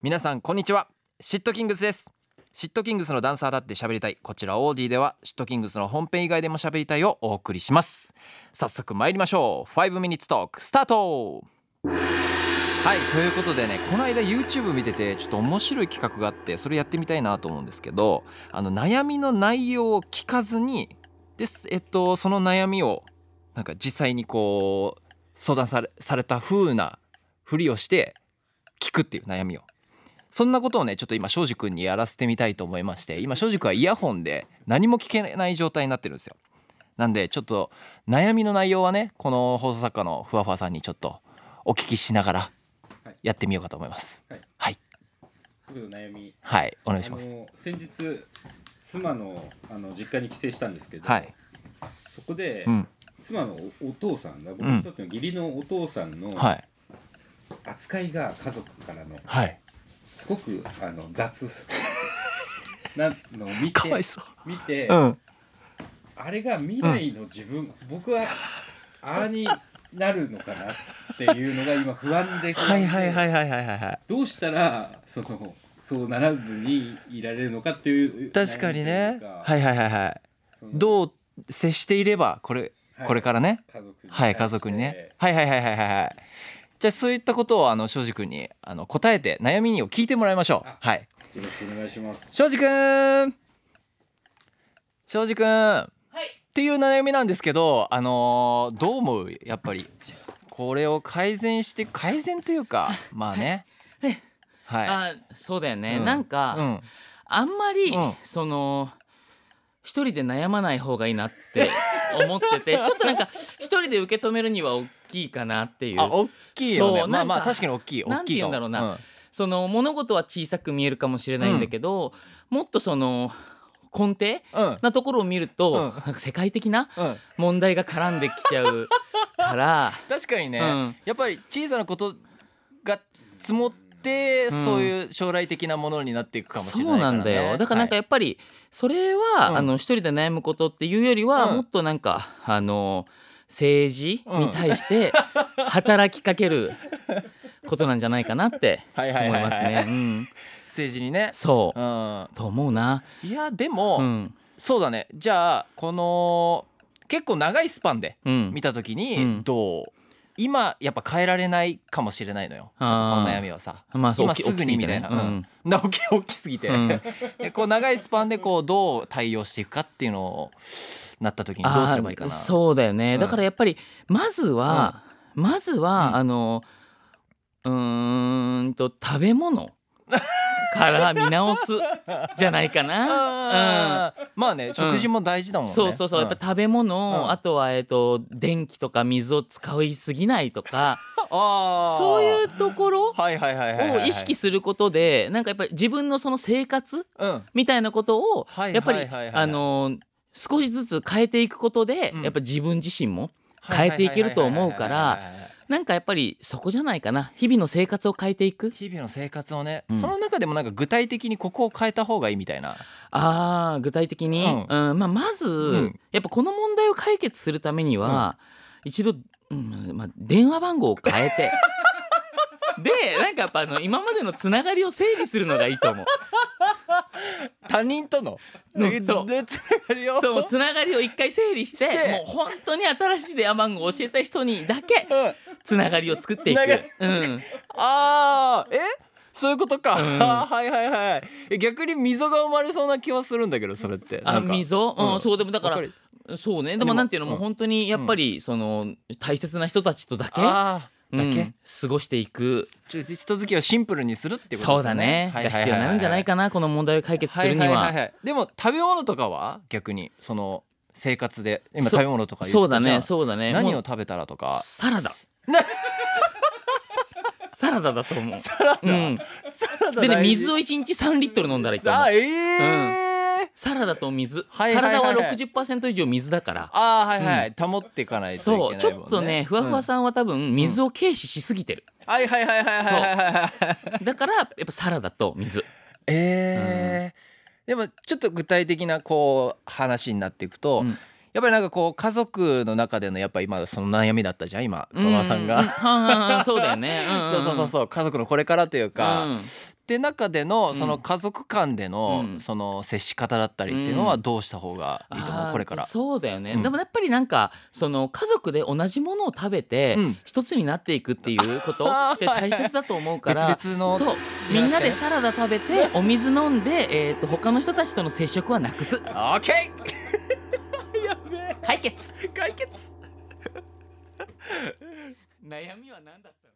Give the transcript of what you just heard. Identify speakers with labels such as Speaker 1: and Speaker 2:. Speaker 1: 皆さんこんにちはシットキングスですシットキングスのダンサーだって喋りたいこちらオーディではシットキングスの本編以外でも喋りたいをお送りします早速参りましょう5ミニッツトークスタートはいということでねこの間 YouTube 見ててちょっと面白い企画があってそれやってみたいなと思うんですけどあの悩みの内容を聞かずにですえっとその悩みをなんか実際にこう相談されされた風なふりをして聞くっていう悩みをそんなことをねちょっと今庄司君にやらせてみたいと思いまして今庄司君はイヤホンで何も聞けない状態になってるんですよなんでちょっと悩みの内容はねこの放送作家のふわふわさんにちょっとお聞きしながら
Speaker 2: はい
Speaker 1: やってみようかと思います
Speaker 2: はい
Speaker 1: はい
Speaker 2: 僕の悩み
Speaker 1: はいお
Speaker 2: お
Speaker 1: 願いします
Speaker 2: 先日妻のあの実家に帰省したんですけど、
Speaker 1: はい
Speaker 2: そこで、
Speaker 1: うん
Speaker 2: 妻のおお父さんが僕
Speaker 1: うん
Speaker 2: にとっての義理のお父さんの
Speaker 1: はい
Speaker 2: 扱いが家族からの
Speaker 1: はい
Speaker 2: すごくあの雑 なのを見
Speaker 1: か
Speaker 2: て
Speaker 1: わいそう
Speaker 2: 見て、
Speaker 1: うん
Speaker 2: あれが未来の自分、僕はああになるのかなっていうのが今不安で不
Speaker 1: は
Speaker 2: 安
Speaker 1: い
Speaker 2: で
Speaker 1: はいはいはいはいはいはい
Speaker 2: どうしたらそのそうならずにいられるのかっていう
Speaker 1: 確かにねはいいはいはいはい
Speaker 2: どう
Speaker 1: どう接していればこれ
Speaker 2: はい
Speaker 1: これからね
Speaker 2: 家族に対して
Speaker 1: はい家族にねはいはいはいはいはいはいじゃあそういったことをあの庄司君にあの答えて悩みを聞いてもらいましょう
Speaker 2: あ
Speaker 1: はい
Speaker 2: よろしくお願いします
Speaker 1: 庄司君庄司君っていう悩みなんですけどあのーどう思うやっぱりこれを改善して改善というかまあねは
Speaker 3: あそうだよね、
Speaker 1: うん
Speaker 3: なんか、
Speaker 1: いうん
Speaker 3: あんまり、
Speaker 1: うん
Speaker 3: その一人で悩まない方がいい なって思っててちょっとなんか一人で受け止めるには大きいかなっていう
Speaker 1: あ大きいよね
Speaker 3: そう
Speaker 1: まあまあ
Speaker 3: なんか
Speaker 1: 確かに大きい
Speaker 3: な
Speaker 1: 大
Speaker 3: んて
Speaker 1: きい
Speaker 3: 言
Speaker 1: か
Speaker 3: うん
Speaker 1: も
Speaker 3: だろうな
Speaker 1: うん
Speaker 3: その物事は小さく見えるかもしれないんだけど、もっとその根底
Speaker 1: うん
Speaker 3: なところを見ると、
Speaker 1: うん
Speaker 3: なんか世界的な
Speaker 1: うん
Speaker 3: 問題が絡んできちゃう から。
Speaker 1: 確かにね、
Speaker 3: うん
Speaker 1: やっぱり小さなことが積もって、
Speaker 3: うん
Speaker 1: そういう将来的なものになっていくかもしれない
Speaker 3: そうなんだよだからなんかやっぱりそれは、
Speaker 1: うん
Speaker 3: あの一人で悩むことっていうよりは、
Speaker 1: うん
Speaker 3: もっとなん かあの政治
Speaker 1: うん
Speaker 3: に対して働きかけることなんじゃないかなって
Speaker 1: はい
Speaker 3: 思
Speaker 1: はいいはいはい
Speaker 3: ますね。うん
Speaker 1: 政治にね、、
Speaker 3: そううんと思うな。
Speaker 1: いやでも、
Speaker 3: うん
Speaker 1: そうだねじゃあこの結構長いスパンで
Speaker 3: うん
Speaker 1: 見た時
Speaker 3: う
Speaker 1: に
Speaker 3: ん
Speaker 1: どう、今やっぱ変えられないかもしれないのよこ
Speaker 3: あー
Speaker 1: の悩みはさ
Speaker 3: まあそう
Speaker 1: 今
Speaker 3: 大き
Speaker 1: すぐにみたいな、
Speaker 3: 大
Speaker 1: うん、大き大きすぎて、
Speaker 3: うん
Speaker 1: でこう長いスパンでこうどう対応していくかっていうのをなった時にどうす
Speaker 3: あ
Speaker 1: ればいいか
Speaker 3: ー
Speaker 1: な
Speaker 3: そうだよね、
Speaker 1: うん
Speaker 3: だからやっぱりまずは、まず
Speaker 1: う
Speaker 3: は、
Speaker 1: ん
Speaker 3: あのうーんと食べ物から見直すじゃないかな。
Speaker 1: あーまあね食事も大事だ
Speaker 3: う
Speaker 1: も
Speaker 3: ん
Speaker 1: んね、
Speaker 3: そうそうそう、やっぱ食べ物、
Speaker 1: うん
Speaker 3: あとは、えっと、電気とか水を使いすぎないとか
Speaker 1: あー
Speaker 3: そういうところ
Speaker 1: はいはいはいはいはいはい
Speaker 3: を意識することでなんかやっぱり自分のその生活
Speaker 1: うん
Speaker 3: みたいなことを
Speaker 1: はい
Speaker 3: やっぱ
Speaker 1: は
Speaker 3: り
Speaker 1: いはいはい
Speaker 3: あの少しずつ変えていくことで、
Speaker 1: うん
Speaker 3: やっぱ自分自身も変えていけると思うから
Speaker 1: はいはいはいはいはい
Speaker 3: なんかやっぱりそこじゃないかな日々の生活を変えていく
Speaker 1: 日々の生活をね、
Speaker 3: うん
Speaker 1: その中でもなんか具体的にここを変えた方がいいみたいな
Speaker 3: あー具体的に、
Speaker 1: う
Speaker 3: うんまあ、まず、
Speaker 1: ん
Speaker 3: やっぱこの問題を解決するためには、一度、うんまあ、電話番号を変え てでなんかやっぱあの今までのつながりを整理するのがいいと思う。
Speaker 1: 他人 との
Speaker 3: うんそう
Speaker 1: でつながりを
Speaker 3: そうもうつながりを一回整理して
Speaker 1: して
Speaker 3: もう本当に新しい電話番号を教えた人にだけ
Speaker 1: うん
Speaker 3: つながりを作っていく
Speaker 1: つながり。
Speaker 3: うん
Speaker 1: あーえそういうことか、
Speaker 3: うん
Speaker 1: あー はいはいはいえ逆に溝が生まれそうな気はするんだけどそれって
Speaker 3: あ
Speaker 1: なんか
Speaker 3: 溝、うん
Speaker 1: うん
Speaker 3: そうでもだか
Speaker 1: わ
Speaker 3: ら
Speaker 1: る
Speaker 3: そうね
Speaker 1: で
Speaker 3: で
Speaker 1: も
Speaker 3: もなんていうのもう
Speaker 1: うん
Speaker 3: 本当にやっぱりその大切な人たちとだけ
Speaker 1: あーだけ、
Speaker 3: うん過ごしていく
Speaker 1: ちょ人付き合いをシンプルにするってこと
Speaker 3: そうだね
Speaker 1: はい
Speaker 3: が
Speaker 1: はいはいはい
Speaker 3: 必要になるんじゃないかなこの問題を解決するに
Speaker 1: はいはいはい
Speaker 3: は
Speaker 1: はいでも食べ物とかは逆にその生活で今
Speaker 3: そ
Speaker 1: 食べ物とか言って
Speaker 3: そうだ
Speaker 1: たじゃ
Speaker 3: ね
Speaker 1: ん
Speaker 3: そうだね
Speaker 1: 何を
Speaker 3: もう
Speaker 1: 食べたらとか
Speaker 3: サラダ
Speaker 1: な
Speaker 3: サラダだと思う
Speaker 1: サラ
Speaker 3: うんでね水を1日3リットル飲んだらいいと思
Speaker 1: あ
Speaker 3: う
Speaker 1: ええー
Speaker 3: サラダと水
Speaker 1: はいはいはい
Speaker 3: 体は60%以上水だから
Speaker 1: あーはいはい、保っていかないといけないも
Speaker 3: そ
Speaker 1: ん、ね、
Speaker 3: うちょっとねふわふわ
Speaker 1: ん、
Speaker 3: さんは多分水を軽視しすぎてる
Speaker 1: はいはいはいはいはいはいはいはい
Speaker 3: だからやっぱサラダと水
Speaker 1: えーでもちょっと具体的なこう話になっていくと、
Speaker 3: うん
Speaker 1: ややっぱりなんかこう家族の中でのやっぱ今その悩みだったじゃん今小川さん
Speaker 3: う
Speaker 1: が。
Speaker 3: はんはんはんそうだよね。ん
Speaker 1: そうそうそうそう家族のこれからというか、
Speaker 3: うん
Speaker 1: で中での
Speaker 3: ん
Speaker 1: その家族間での、
Speaker 3: うん
Speaker 1: その接し方だったりっていうのは
Speaker 3: うん
Speaker 1: どうした方がいいと思う、
Speaker 3: あー
Speaker 1: これから。
Speaker 3: そうだよね、
Speaker 1: うん
Speaker 3: でもやっぱりなんかその家族で同じものを食べて、
Speaker 1: うん
Speaker 3: 一つになっていくってい うこと
Speaker 1: あー
Speaker 3: って大切だと思うから
Speaker 1: 別々の
Speaker 3: そうみんなでサラダ食べてお水飲んで、えー、と他の人たちとの接触はな くす
Speaker 1: オッケ ーやべえ
Speaker 3: 解決
Speaker 1: 解決
Speaker 3: 悩みは何だった